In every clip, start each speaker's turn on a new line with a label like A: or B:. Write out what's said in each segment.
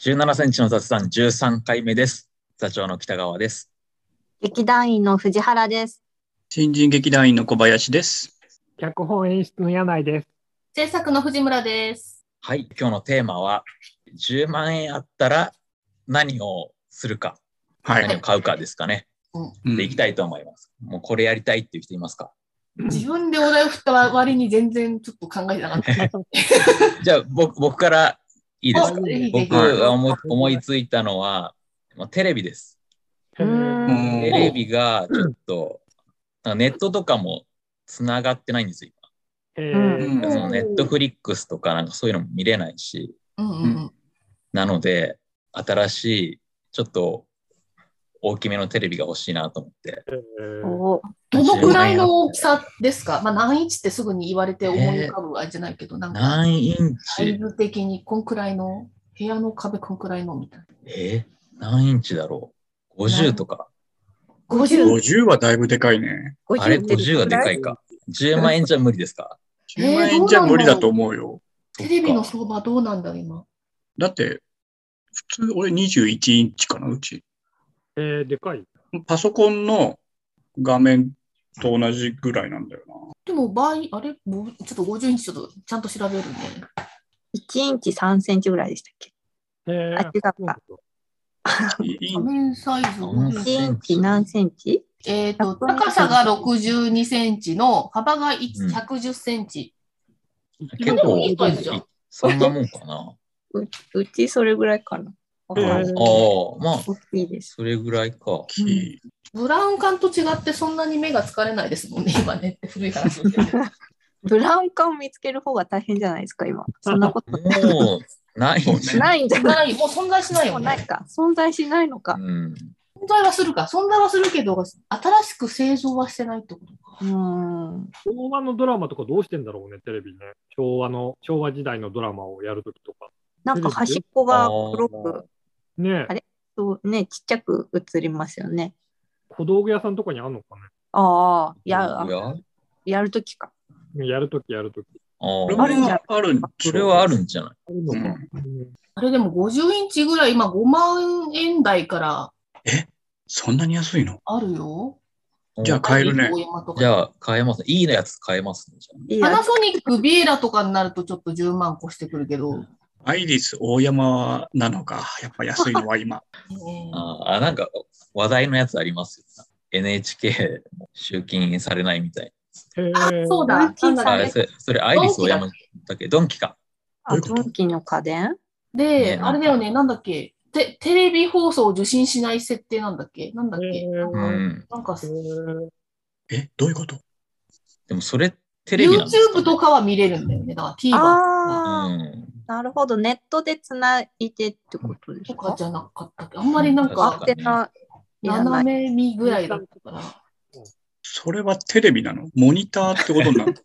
A: 17センチの雑談13回目です。座長の北川です。
B: 劇団員の藤原です。
C: 新人劇団員の小林です。
D: 脚本演出の柳井です。
E: 制作の藤村です。
A: はい、今日のテーマは、10万円あったら何をするか、
C: は
A: 何を
C: い。
A: 買うかですかね。
C: うん
A: で、いきたいと思います。もうこれやりたいっていう人いますか
E: 自分でお題を振った割に全然ちょっと考えてなかった。
A: じゃあ、僕僕からいいですか
E: おいいです
A: 僕が思い思いついたのは、まあテレビです。
B: うー
D: うん
B: ん
A: テレビがちょっと、なんかネットとかもつながってないんですよ。
D: え
C: うん
A: 今そのネットフリックスとかなんかそういうのも見れないし、
E: うんうん
A: なので、新しい、ちょっと大きめのテレビが欲しいなと思って。
D: ー
B: お
E: うん、どのくらいの大きさですか、まあ、何インチってすぐに言われて思い浮かぶあれじゃないけど、なんか
A: 何イン
E: サイ
A: チ
E: ズ的にこんくらいの、部屋の壁こんくらいのみたいな。
A: え何インチだろう ?50 とか。
E: 50
C: 50はだいぶでかいね。
A: あれ、50がでかいか。10万円じゃ無理ですか
E: え
C: 10
E: ー
C: 万円じゃ無理だと思うよ。
E: テレビの相場どうなんだろう今。
C: だって、普通俺21インチかな、うち。
D: えーでかい。
C: パソコンの画面と同じぐらいなんだよ
E: でも倍、あれもうちょっと50インチちょっとちゃんと調べるね。
B: 1インチ3センチぐらいでしたっけ
D: えー
B: あ、違った。
C: な。いい
E: 画面サイズ
A: うん
B: 1インチ何センチ
E: えっ、と、高さが62センチの、幅が1 110センチ。
A: 結
E: でも
A: 構
E: いいサイズじゃん、
A: そんなもん かな。
B: うちそれぐらいかな。
D: え
A: ああ
D: ー
A: ー、まあ、
B: 大きいです。
A: それぐらいか。
C: 大きい。
E: ブラウン管と違ってそんなに目が疲れないです もんね、今ねって古い話ですけど
B: ブラウン管を見つける方が大変じゃないですか、今。そんなこと
A: もう、ないインチ。
B: ないんじゃない
E: ない、もう存在しない
B: も
E: よ
B: うない
E: ね。
B: か。存在しないのか
A: う。ん。
E: 存在はするか、存在はするけど、新しく製造はしてないってことか。
B: うーん。
D: 昭和のドラマとかどうしてんだろうね、テレビね。昭和の、昭和時代のドラマをやるときとか。
B: なんか端っこが黒
A: あー
B: く、
D: ね
B: あれそうね、ちっちゃく映りますよね。
D: 小道具屋さんとかにあんのか
B: ああ、や、
A: いや
B: やるときか。
D: ね。やるときやるとき。
A: あ
C: これ
A: ー
C: はあるん
A: それはある
C: ん
A: んじゃない
D: あるのか。
C: うん
D: うん
E: あれでも50インチぐらい、今5万円台から
C: そんなに安いの
E: あるよ。
C: じゃあ買えるね
E: 大山とか
A: じゃあ、買えます。いいやつ買えますね。じゃあ
B: いい
E: パ
B: や
E: ナソニックビエラとかになるとちょっと10万越してくるけど。
C: アイリス大山なのか。やっぱ安いのは今。
E: ね
A: ああ、なんか話題のやつありますよ。NHK 集金されないみたい。
D: へ
E: あ
D: ー
E: そうだ、なんだ
A: あ
E: っ
A: れ、
E: け
A: それ、それアイリスをやめたっけドンキか。
B: あ、ドンキの家電
E: で、
A: ね
E: あれだよね、なんだっけテ、テレビ放送を受信しない設定なんだっけなんだっけ、
D: へー
A: うん。
E: なんか、
D: へー
C: え、どういうこと
A: でもそれ、テレビなんですか
E: YouTube とかは見れるんだよね。だから TVer
B: ああ、
A: うん。
B: なるほど。ネットでつないでってことです
E: と
B: か
E: かじゃなかったっけあんまりなん
B: ア
A: あ
E: か
B: ン、テナいらない。
E: 斜め見ぐらいだったから。
C: それはテレビなのモニターってことになるの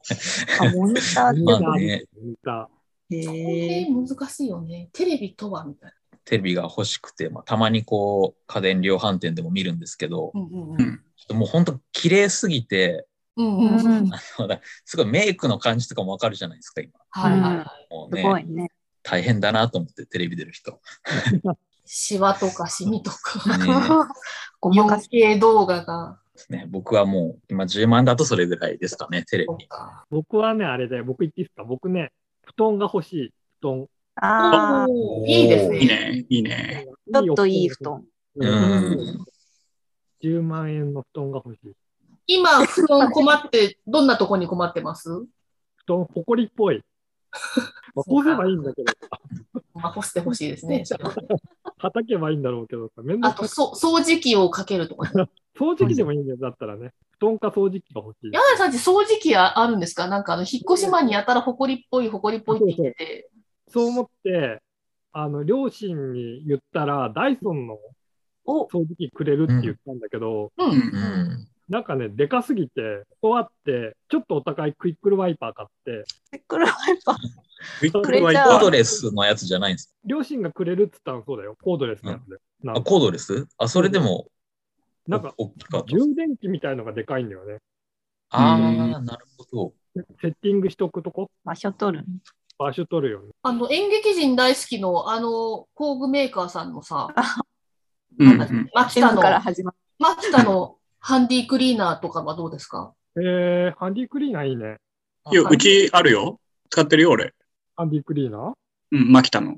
B: あ、モニター
A: ま
B: で
A: あ
B: も。
A: ね、
D: 見た。
B: へ
E: え
B: え。
E: 難しいよね。テレビとはみたいな。
A: テレビが欲しくて、まあ、たまにこう、家電量販店でも見るんですけど
E: う、んう
C: う
E: ん
C: ん
A: ちょっともう本当綺麗すぎて、
E: うん。
B: う
E: うんうんうん。
B: ん、
A: あのすごいメイクの感じとかもわかるじゃないですか、今。
E: はいはいはい。
A: もう
B: すご
A: ね、
B: いね。
A: 大変だなと思って、テレビ出る人。
E: シワとかシミとか、
A: ね
B: ごまかす。
E: 4K 動画が、
A: ね僕はもう、今10万だとそれぐらいですかね、テレ
E: と
A: ビ。
E: か。
D: 僕はね、あれだよ。僕言っていいですか僕ね、布団が欲しい。布
B: ああ、
E: おーいいですね。
C: いいね、いいね。
D: 団。
B: ちょっといい布団。
A: う
D: うん
A: ん。
D: 10万円の布団が欲しい。
E: 今、布団困って、どんなとこに困ってます
D: 布団、ほこりっぽ い。まあ、こうすればいいんだけど、
E: まあ、干してほしいです ね。
D: はたけばいいんだろうけどさ、めんど
E: あ
D: くさ
E: と、
D: い。
E: そ掃除機をかけるとか、ね。
D: 掃除機でもいいんだよ、だったらね。布団か掃除機が欲しい。
E: 山田さんって掃除機ああるんですかなんかあの、引っ越し前にやたら埃っぽい、埃っぽいって言ってて。
D: そう思って、あの、両親に言ったら、ダイソンの
B: お
D: 掃除機くれるって言ったんだけど、
E: う。
C: うん。
A: うんん。
D: なんかね、でかすぎて、こうあって、ちょっとお高いクイックルワイパー買って、
B: びっくり
C: クイックルワイ
A: コー
C: パ
A: ド
C: ー。
A: レスのやつじゃないんですか
D: 両親がくれるって言ったのそうだよ、コードレスのやつで。な
A: あ、
D: んか、
A: コードレスあ、それでも、
D: なんか
A: お大きかった。
D: 充電器みたいのがでかいんだよね。
A: ああ、なるほど。
D: セッティングしとくとこ
B: 場所取る。
D: 場所取るよね。
E: あの、演劇人大好きの、あの、工具メーカーさんのさ、
C: うんうん。
E: 牧田
B: M
E: の、
B: から始まる。
E: 牧田のハンディクリーナーとかはどうですか
D: えー、ハンディクリーナーいいね。
C: いや、うちあるよ。使ってるよ、俺。
D: ハンディクリーナー
C: うん、マキタの。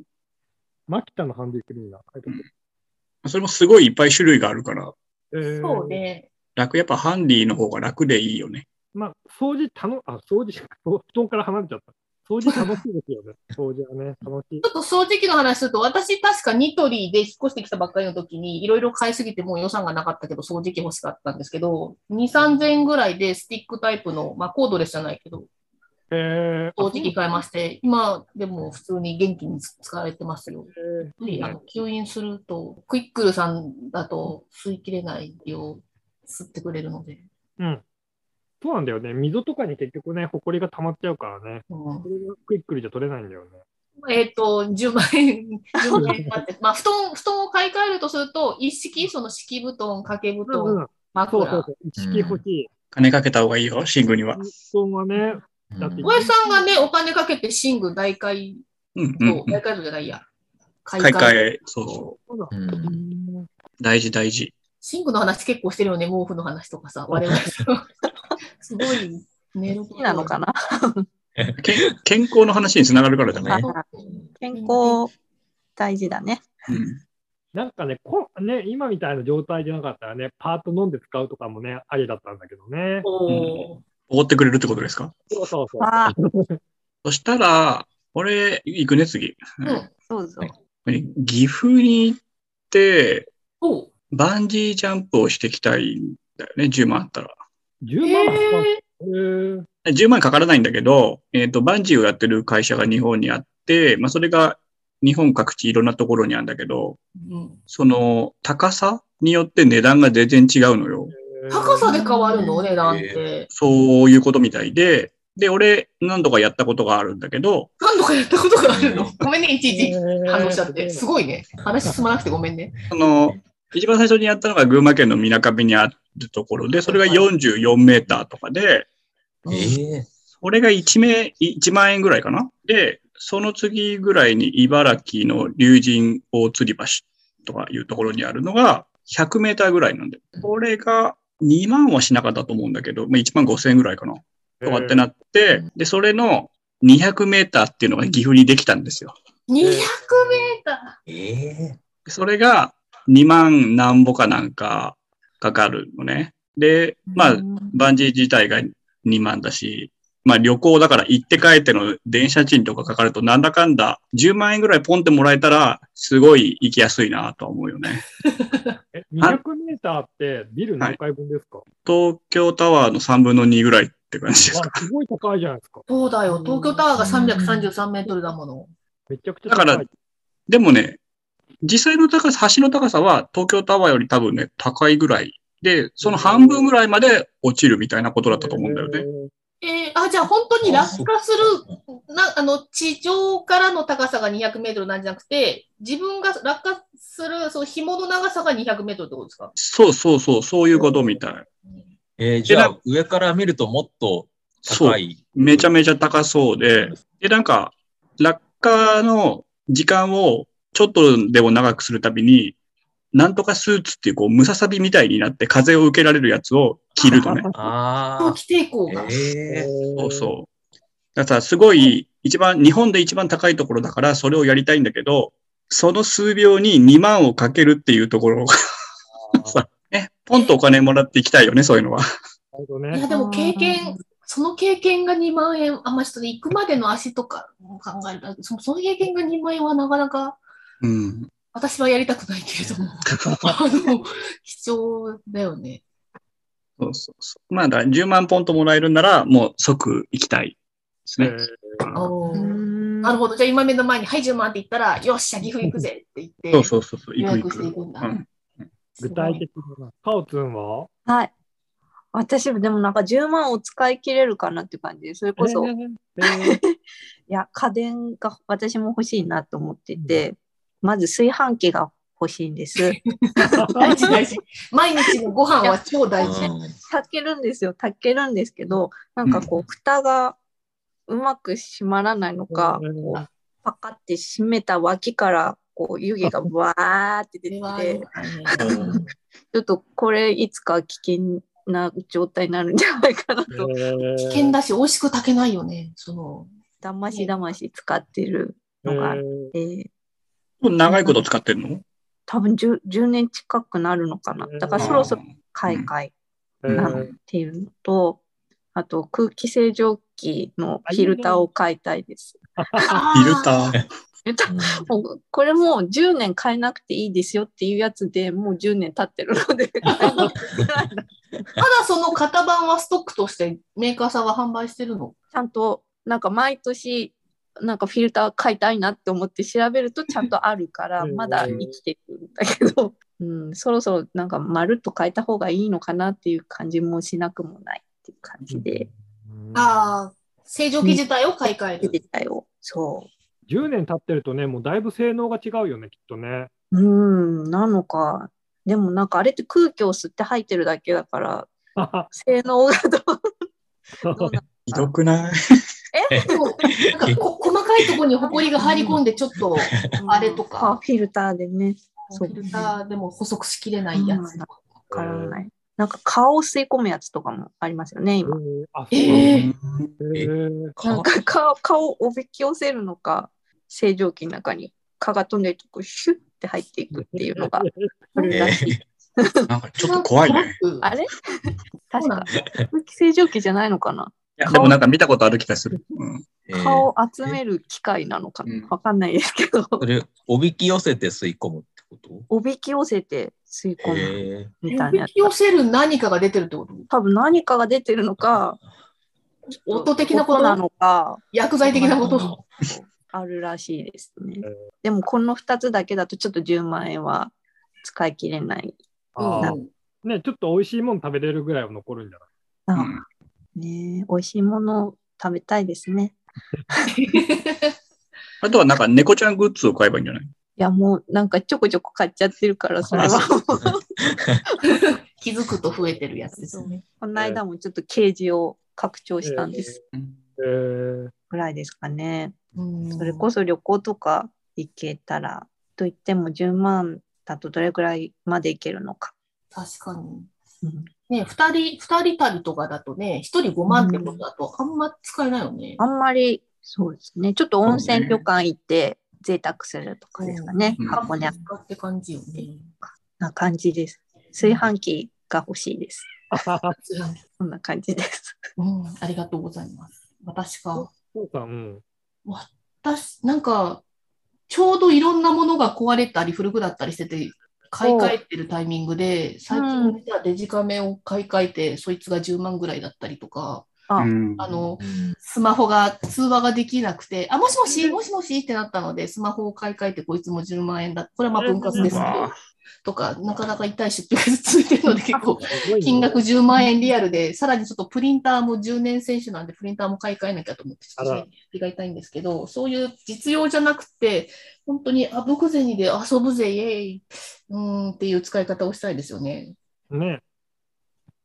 D: マキタのハンディクリーナー。
C: それもすごいいっぱい種類があるから、
D: えー
E: そう。ね。
C: 楽、やっぱハンディの方が楽でいいよね。
D: まあ、掃除たの、あ、掃除し、布団から離れちゃった。掃除楽しいですよね。掃除はね、楽しい
E: ち。ょっと掃除機の話すると、私確かニトリで引っ越してきたばっかりの時に、いろいろ買いすぎてもう予算がなかったけど、掃除機欲しかったんですけど、2、3000円ぐらいでスティックタイプの、まあコードレスじゃないけど、
D: えー、
E: 掃除機買いまして、今でも普通に元気に使われてますよ。
D: えー
E: あの吸引すると、クイックルさんだと吸い切れない量吸ってくれるので。
D: うん。そうなんだよね。溝とかに結局ね、埃が溜まっちゃうからね。
E: うん
D: これがクイックルじゃ取れないんだよね。
E: えっ、と、10万円、10万円になって、まあ、布団、布団を買い替えるとすると、一式、その敷布団、掛け布
D: うん
E: 団、
D: うん、
E: 枕。
D: そうそうそう。一式欲しい。
C: 金かけた方がいいよ、シングには。
D: 布団はね、だって
A: うん
E: 小林さんがね、お金かけて寝具大改
C: うんう
E: 造
C: ん、、うん。
E: 大改造じゃないや。買
C: 買い替。え、そうそ
A: うん
C: う。大事大事。
E: 寝具の話結構してるよね、毛布の話とかさ、我々。すごい、寝る
B: 好きなのかな
C: けん健康の話につながるからじゃない、
A: ね
B: 健康大事だね。
C: うん、
D: なんかねこ、ね、今みたいな状態じゃなかったらね、パート飲んで使うとかもね、ありだったんだけどね。
E: おー
C: おごってくれるってことですか
D: そうそうそう。
B: ああ、
C: そしたら、俺、行くね、次。
E: うん。
B: そうぞ。
C: 岐阜に行って、
E: おう。
C: バンジージャンプをしてきたいんだよね、10万あったら。
D: 10
E: え
D: 万使う。
E: ー、
D: えー、
C: 10万かからないんだけど、えっ、と、バンジーをやってる会社が日本にあって、まあ、それが日本各地いろんなところにあるんだけど、
E: うん
C: その高さによって値段が全然違うのよ。
E: 高さで変わるの値段って。
C: そういうことみたいで、で、俺、何度かやったことがあるんだけど、
E: 何度かやったことがあるの。ごめんね、いちいち反応しちゃって。す
D: す
E: ごいね。話進まなくてごめんね。
C: その、一番最初にやったのが群馬県のみなかみにあるところで、それが44メーターとかで、
A: ええ
C: それが1名、1万円ぐらいかなで、その次ぐらいに茨城の竜神大吊り橋とかいうところにあるのが100メーターぐらいなんで、これが2万はしなかったと思うんだけど、まあ、1万5千円ぐらいかなとかってなって、で、それの200メーターっていうのが岐阜にできたんですよ。
E: 200メータ
A: ええ
C: それが2万何ぼかなんかかかるのね。で、まあ、バンジー自体が2万だし、まあ旅行だから行って帰っての電車賃とかかかるとなんだかんだ10万円ぐらいポンってもらえたらすごい行きやすいなとは思うよね。
D: え200メーターってビル何階分ですか、
C: 東京タワーの3分の2ぐらいって感じです
D: わ
C: か。
D: すごい高いじゃないですか。
E: ー。そうだよ。東京タワーが333メートルだもの。
D: めちゃくちゃ
C: だか
D: 高い。
C: らでもね、実際の高さ、橋の高さは東京タワーより多分ね、高いぐらい。で、その半分ぐらいまで落ちるみたいなことだったと思うんだよね。
D: ね。
E: えー、あ、じゃあ本当に落下する、な、あの、地上からの高さが200メートルなんじゃなくて、自分が落下する、その紐の長さが200メートルってことですか
C: そうそうそう、そういうことみたい。
A: えーじゃあ、上から見るともっと
C: そう
A: 高。い。
C: めちゃめちゃ高そうで、で、なんか、落下の時間をちょっとでも長くするたびに、なんとかスーツっていう、こう、ムササビみたいになって風を受けられるやつを着る のね。
A: あ
E: 空気抵抗
A: あ
E: が。。
A: ええ
C: そうそう。だからすごい、一番、日本で一番高いところだから、それをやりたいんだけど、その数秒に2万をかけるっていうところが さ、ね、ポンとお金もらっていきたいよね、そういうのは。
D: なるほど
E: いや、
D: ね。
E: でも経験、その経験が2万円、あ、まあ、ちょっと行くまでの足とかも考えるとその、その経験が2万円はなかなか、
C: うん。
E: 私はやりたくないけ れども、あの、貴重だよね。
C: そうそうそう。まあ、だから10万ポンともらえるんなら、もう即行きたいですね。
E: おーな
B: な
E: るほど。じゃあ今目の前に、はい、10万って言ったら、よっしゃ、岐阜行くぜって言って、
C: そうそうそうそう、
E: 予
C: 行く行
E: 約してい
C: く。
E: くんだ。
C: うん
E: すごい
D: 具体的な。カオツンは
B: はい。私、でもなんか10万を使い切れるかなって感じそれこそ、
D: え
B: い
D: ーえー
B: や、家電が私も欲しいなと思ってて、まず炊飯器が欲しいんです。
E: 大事大事。毎日のご飯は超大事。
A: うん
B: 炊けるんですよ、炊けるんですけど、なんかこう、蓋がうまく閉まらないのか、こうパカって閉めた脇からこう湯気がわーって出て
E: は
B: て、
A: うんうん
B: ちょっとこれいつか危険な状態になるんじゃないかなと、
E: 危
D: 危
E: 険だし、美味しく炊けないよね。その、
B: だましだまし使ってるのがあっ
D: え
B: て、
C: 長いこと使ってるの
B: 多分 10, 10年近くなるのかな。だからそろそろ
C: あー
B: 買い替え
D: ー
B: なのっていうのと、あと空気清浄機のフィルターを買いたいです。
E: フ
C: フィルター。
B: もうこれもう10年買えなくていいですよっていうやつでもう10年経ってるの で
E: ただその型番はストックとしてメーカーさんは販売してるの。
B: ちゃんとなんか毎年なんかフィルター買いたいなって思って調べるとちゃんとあるから
D: うん
B: まだ生きてくんだけど、うん、そろそろなんかまるっと変えた方がいいのかなっていう感じもしなくもないっていう感じで、
E: ああ、正常機自体を買い替え
B: 出て
E: る。
B: たよそ
D: 10年経ってるとね、もうだいぶ性能が違うよね、きっとね。
B: ううんなのかでもなんかあれって空気を吸って入ってるだけだから性能がどうどうな
C: ひどくない
E: でもなんかこ細かいところに埃が入り込んでちょっとあれとか
B: あフィルターでね
E: フ
B: そう
E: ィルターでも補足しきれないやつとか。
B: わからない。なんか顔を吸い込むやつとかもありますよね、今。
D: あ、 そう
E: ええ
D: えー
B: なんか顔顔をおびき寄せるのか、清浄機の中に蚊が飛んでるとこうシュッて入っていくっていうのがあるらしい。
C: なんかちょっと怖いね。。
B: あれ確か。空気清浄機じゃないのかない
C: や、でもなんか見たことある気がする。うん。
B: 顔を集める機械なのか
C: うん
B: なわかんないですけど。
A: それ、おびき寄せて吸い込むってこ
B: おびき寄せて吸い
A: と
B: 込む
A: え
B: みたいな
E: 引
B: やつ
E: き。寄せる何かが出てるってこと
B: 多分何かが出てるのか、
E: 音的なこと
B: 音なのか、
E: 薬剤的なこと
B: あるらしいですね
D: えー。
B: でもこの2つだけだとちょっと10万円は使い切れない。
D: あ
E: う
D: ー
E: ん
D: ね、ちょっと美味しいもの食べれるぐらいは残るんじゃない
C: うん
B: ねえ美味しいものを食べたいですね。
C: あとはなんか猫ちゃんグッズを買えばいいんじゃない
B: いやもうなんかちょこちょこ買っちゃってる からそれは
C: あそ
B: もう
E: 気づくと増えてるやつですよね。
B: この間もちょっとケージを拡張したんです
D: えー
B: ぐらいですかね。
E: うん
B: それこそ旅行とか行けたらといっても10万だとどれぐらいまで行けるのか。
E: 確かに。
B: うん
E: ね、二人、二人旅とかだとね、一人5万ってことだと、あんま使えないよね。
B: あんまりそうですね。ちょっと温泉旅館行って贅沢するとかですかね
C: うん。
B: 箱根
E: 使って感じよね。
B: な感じです。炊飯器が欲しいです。そんな感じです。
E: うん、ありがとうございます。私か。
D: そうか、うん。
E: 私、なんか、ちょうどいろんなものが壊れたり、古くなったりしてて、買い替えてるタイミングで、最近見たデジカメを買い替えて、そいつが10万ぐらいだったりとか、
B: あ
C: うん
E: あの、
A: ー
E: スマホが、通話ができなくて、あ、もしもし、もしもしってなったので、スマホを買い替えて、こいつも10万円だ。これはまあ分割ですけ
C: う
E: ど
C: わ、
E: とか、なかなか痛い出費が続いてるので、結構、
D: すごいね
E: 金額10万円リアルで、さらにちょっとプリンターも10年選手なんで、プリンターも買い替えなきゃと思って、ちょっと
D: あら
E: 手が痛いんですけど、そういう実用じゃなくて、本当に、あ、僕銭で遊ぶぜ、イエーイ、うーんっていう使い方をしたいですよね。
D: ね。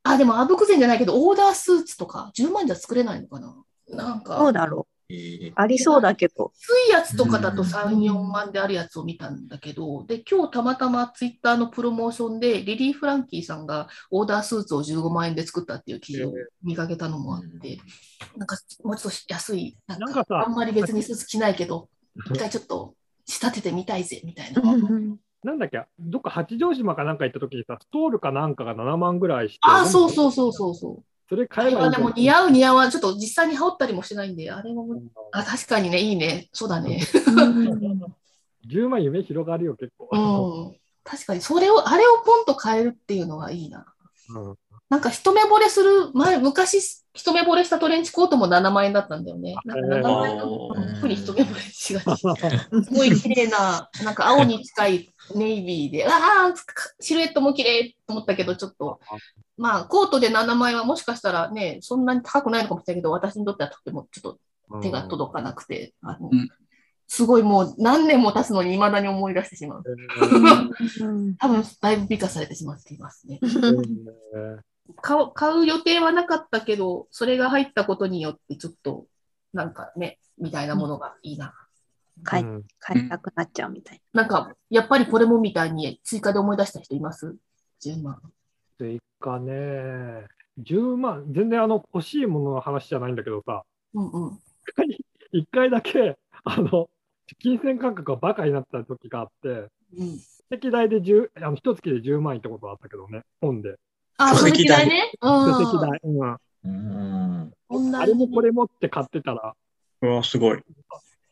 E: あ、でも、あぶく銭じゃないけど、オーダースーツとか、10万じゃ作れないのかな。なんか、
B: どうだろ
A: えー
B: う。ありそうだけど。
E: 安いやつとかだと
C: うん
E: 3、4万であるやつを見たんだけど、で、今日たまたまツイッターのプロモーションで、リリー・フランキーさんがオーダースーツを15万円で作ったっていう記事を見かけたのもあって、なんかもうちょっと安い、なん
D: なんか
E: か
D: さ
E: あんまり別にスーツ着ないけど、一回ちょっと仕立ててみたいぜみたいな。
D: なんだっけ、どっか八丈島かなんか行った時にさ、ストールかなんかが7万ぐらいして。
E: ああ、そうそうそうそうそう。
D: それ
E: あ
D: 買え
E: れ
D: ばいい
E: は
D: ん
E: で
D: だよ
E: も似合う似合わん、ちょっと実際に羽織ったりもしてないんで、あれも、あ、確かにね、いいね、そうだね。
D: 10万夢広がるよ、結
E: う
D: 構。
E: ん。確かに、それを、あれをポンと変えるっていうのはいいな。
D: うん
E: なんか一目惚れする前、昔一目惚れしたトレンチコートも7万円だったんだよね。なんか7万円だと
A: へー
E: うんぷり一目惚れしがち。すごい綺麗 な、なんか青に近いネイビーで、わあ、シルエットも綺麗と思ったけど、ちょっと、まあ、コートで7万円はもしかしたらね、そんなに高くないのかもしれないけど、私にとってはとてもちょっと手が届かなくて、あの
C: うん
E: すごいもう何年も経つのに未だに思い出してしまう。
D: え
E: 多分、だいぶ美化されてしまっていますね。
D: ー
E: 買う買う予定はなかったけど、それが入ったことによって、ちょっとなんかね、みたいなものがいいな。
B: 買い
D: うん
B: 買いたくなっちゃうみたい
E: なんか、やっぱりこれもみたいに追加で思い出した人います ?10 万。
D: 追加ね、10万、全然あの欲しいものの話じゃないんだけどさ、
E: うんうん。
D: 一回だけ、あの、金銭感覚がバカになった時があって、
E: うん、
D: 席代で10、あの、一月で10万円ってことはあったけどね、本で。
E: あ、
C: 書
E: 書
C: 籍
E: 籍
C: 代
E: 代ね。
D: 書
E: 書
D: 籍。代。う
A: うん。
E: オン
D: ん。
E: ラ
D: あ
E: イ
D: れ
E: ン
D: もこれもって買ってたら、
C: うわ、すごい。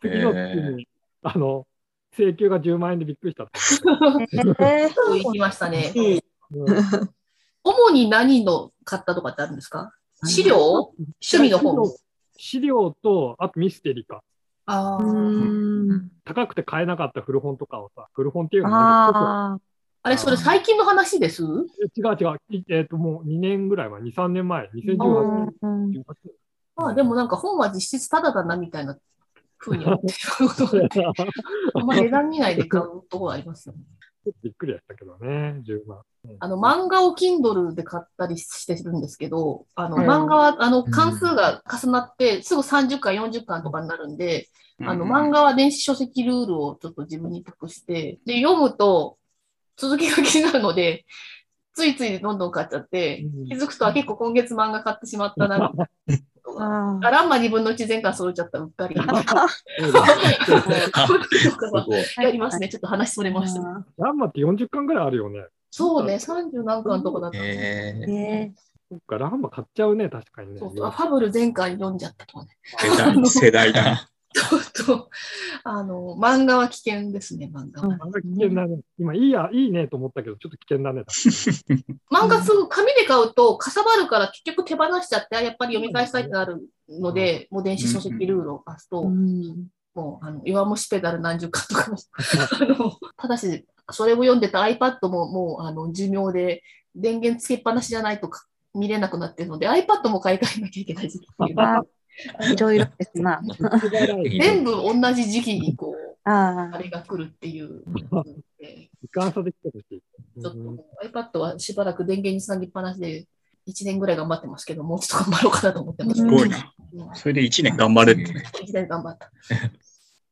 D: 次の月に、あの、請求が10万円でびっくりしたって。
B: な。えー
E: 行きましたね。
D: うん
E: 主に何の買ったとかってあるんですか資料趣味の本
D: 資料と、あとミステリーか。
E: あ
B: う
E: あ。
B: ーん
D: 高くて買えなかった古本とかをさ、古本っていうのは
B: あ
E: あれ、それ最近の話です
D: 違う違う、いえっともう2年ぐらい前、2、3年前、
B: あ
D: 2018年。
E: ー
B: うん
D: 18
E: ああ、でもなんか本は実質タダだなみたいな風に思ってることが あって
D: 年
E: あんま値段見ないで買うところありますよね。
D: びっくりやったけどね、10万。
E: あの、漫画を Kindle で買ったりしてるんですけど、あの、
D: うん
E: 漫画は、あの、関数が重なって、すぐ30巻、40巻とかになるんで、あの、漫画は電子書籍ルールをちょっと自分に託して、で、読むと続きが気になるので、ついついどんどん買っちゃって、気づくとは結構今月漫画買ってしまったな、みたいなことが。
B: あ
E: あらんま自分のうち全巻揃えちゃったうっかり。
D: そうだ
A: すごい。
E: やりますね。ちょっと話それました。
B: ー
D: ランマって40巻ぐらいあるよね。
E: そうね、30何巻とかだった。
A: えー、
B: え
D: そっか、ランマ買っちゃうね、確かにね。
E: そうそうあファブル全巻読んじゃったとかね。
C: 世代、世代 だ。
E: ちょっと、あの、漫画は危険ですね、漫画は。
D: 漫画危険だね。今、いいや、いいねと思ったけど、ちょっと危険だね。確
E: 漫画すぐ紙で買うと、かさばるから結局手放しちゃって、あやっぱり読み返したいってなるので、もう電子書籍ルールを貸すと、
B: うん
E: もう、あの、弱虫ペダル何十巻とかも。あのただし、それを読んでた iPad ももう、あの、寿命で、電源つけっぱなしじゃないとか見れなくなってるので、iPad も買い替えなきゃいけない時期っていうのが
B: あいろいろですな。
D: かに一番ない
E: 全部同じ時期にこう、
B: あ
E: あれが来るっていう。で
D: 時間差できてほしい。
E: ちょっと
D: うん
E: もう iPad はしばらく電源につなぎっぱなしで、1年ぐらい頑張ってますけど、もうちょっと頑張ろうかなと思ってます。
C: す
E: うん
C: ごいな。それで1年頑張れるね。
E: 一年頑張った。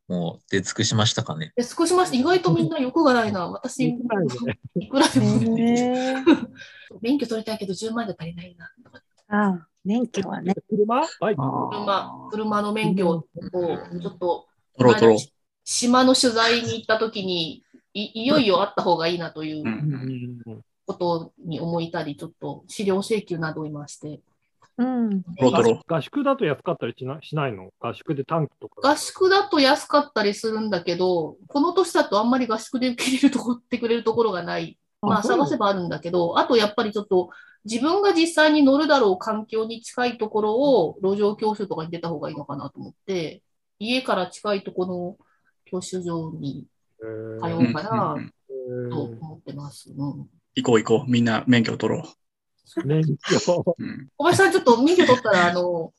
A: もう出尽くしましたかね。
E: で、少しまして、意外とみんな欲がないな。私、
D: 見てないね
E: いくらで
B: あ。
E: も、
B: え
E: 免許取りたいけど10万じゃ足りないな。
B: ああ、免許はね。
D: 車バイク
E: 車、車の免許を、ちょっと、
C: とろとろ。
E: 島の取材に行った時に、いいよいよあった方がいいなといううんことに思いたり、ちょっと資料請求などを今して、
B: うん。
C: トロトロ。
D: 合宿だと安かったりしなしないの合宿で短期とか。
E: 合宿だと安かったりするんだけど、この年だとあんまり合宿で受け入れるとこってくれるところがない。まあ
D: そう
E: 探せばあるんだけど、あとやっぱりちょっと自分が実際に乗るだろう環境に近いところを路上教習とかに出た方がいいのかなと思って、家から近いところの教習所に
D: へー
E: 通
C: うん
E: お
C: う
E: うんか
C: う
E: なんと思ってます。うん
C: 行こう行こう。みんな免許取ろ
D: 免許。
C: う。 うん。
E: 小林さんちょっと免許取ったら、あの、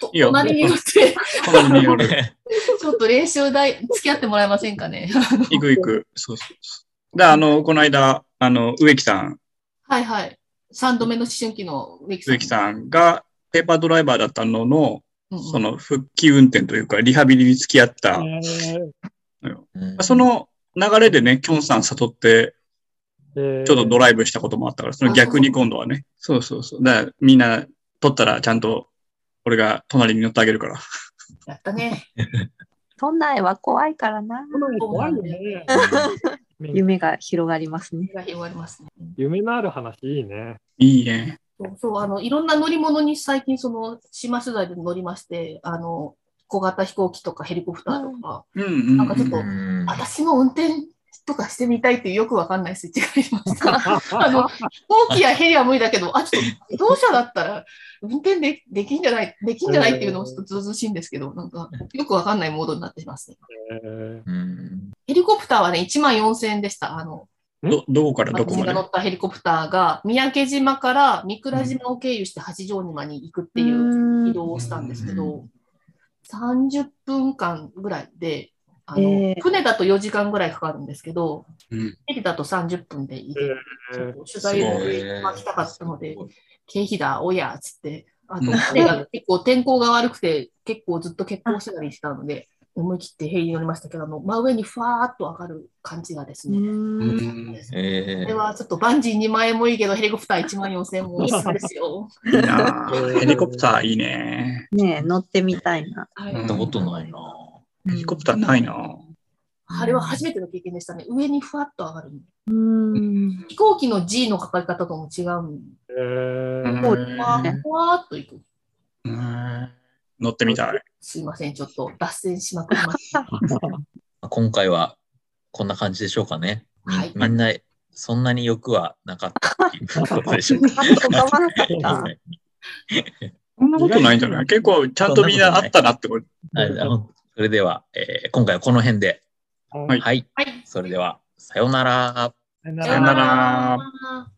E: と
C: いいよ
E: 隣に寄って、
C: 好みによる。
E: ちょっと練習代付き合ってもらえませんかね。
C: 行く行く。そうそうそう。だあの、この間、あの、植木さん、
E: はいはい。3度目の思春期の植木さん。
C: 植木さんがペーパードライバーだったのの、
E: うんうん
C: その復帰運転というか、リハビリに付き合った、その流れでね、きょんさん悟って、
D: ち
C: ちょっとド
D: イ
C: ライブしたこともあったから、その逆に今度はね、そうそうそう。だからみんな取ったらちゃんと、俺が隣に乗ってあげるから。
E: やった ね。
B: 都内は怖いから な。
D: 怖いよね。
B: 夢が広がりますね。
E: が広がりますね。
D: 夢のある話いいね。
C: いいね。
E: そうそう、あの、いろんな乗り物に最近、その、島取材で乗りまして、あの、小型飛行機とかヘリコプターとか、
C: うんうん、
E: なんかちょっ
C: う
E: と
A: うん
E: 私も運転とかしてみたいっていうよくわかんないスイッチがありま し た。あの、飛行機やヘリは無理だけど、あ、ちょっと、同社だったら、運転でできんじゃない、できんじゃないっていうのもちょっとずうずうしいんですけど、なんか、よくわかんないモードになっていますね。
D: え
A: うん
E: ヘリコプターはね、1万4000円でした。あの、
C: ど、どこからどこ
E: 私
C: ま
E: が
C: で
E: 乗。ったヘリコプターが三宅島から三倉島を経由して八丈島に行くっていう移動をしたんですけど、30分間ぐらいで、あの
B: えー
E: 船だと4時間ぐらいかかるんですけど、
C: うん
E: ヘリだと30分で行ける、
D: ー
E: ちょっと取
A: すご
E: 材
A: い
E: で行きたかったので、経費だ、おやっつって、あと彼が結構天候が悪くて、結構ずっと欠航したりしたので、思い切ってヘリに乗りましたけど、あの真上にふわーっと上がる感じがですね。
C: うん
A: え
E: これはちょっとバンジー2万円もいいけど、ヘリコプター1万4000円もいいそうですよ。
C: いいなぁヘリコプターいいね。
B: ねえ乗ってみたいな。
E: は
A: ー、やったことないな。
C: ヘリコプターないなぁ
E: あれは初めての経験でしたね。上にふわっと上がる。
B: うん。
E: 飛行機の G のかかり方とも違うんで、
D: えー
B: そう
C: う
B: で
E: ふわ
C: ん
E: ふわっといく。
C: うん乗ってみたい。
E: すいません、ちょっと脱線しまくりました。
A: 今回はこんな感じでしょうかね。
E: はい
A: みんな、そんなに欲はなかったっていうことでしょう
B: あ
A: か。
B: と我慢なかった。
A: はい
C: そんなことないんじゃない結構、ちゃんとみんなあったなってこと。
A: はいあのそれでは、えー今回はこの辺で。
D: はい
C: はい
A: はい。
E: はい。
A: それでは、さようなら。
D: さよな
C: さよ
D: ら
C: なら
E: ら。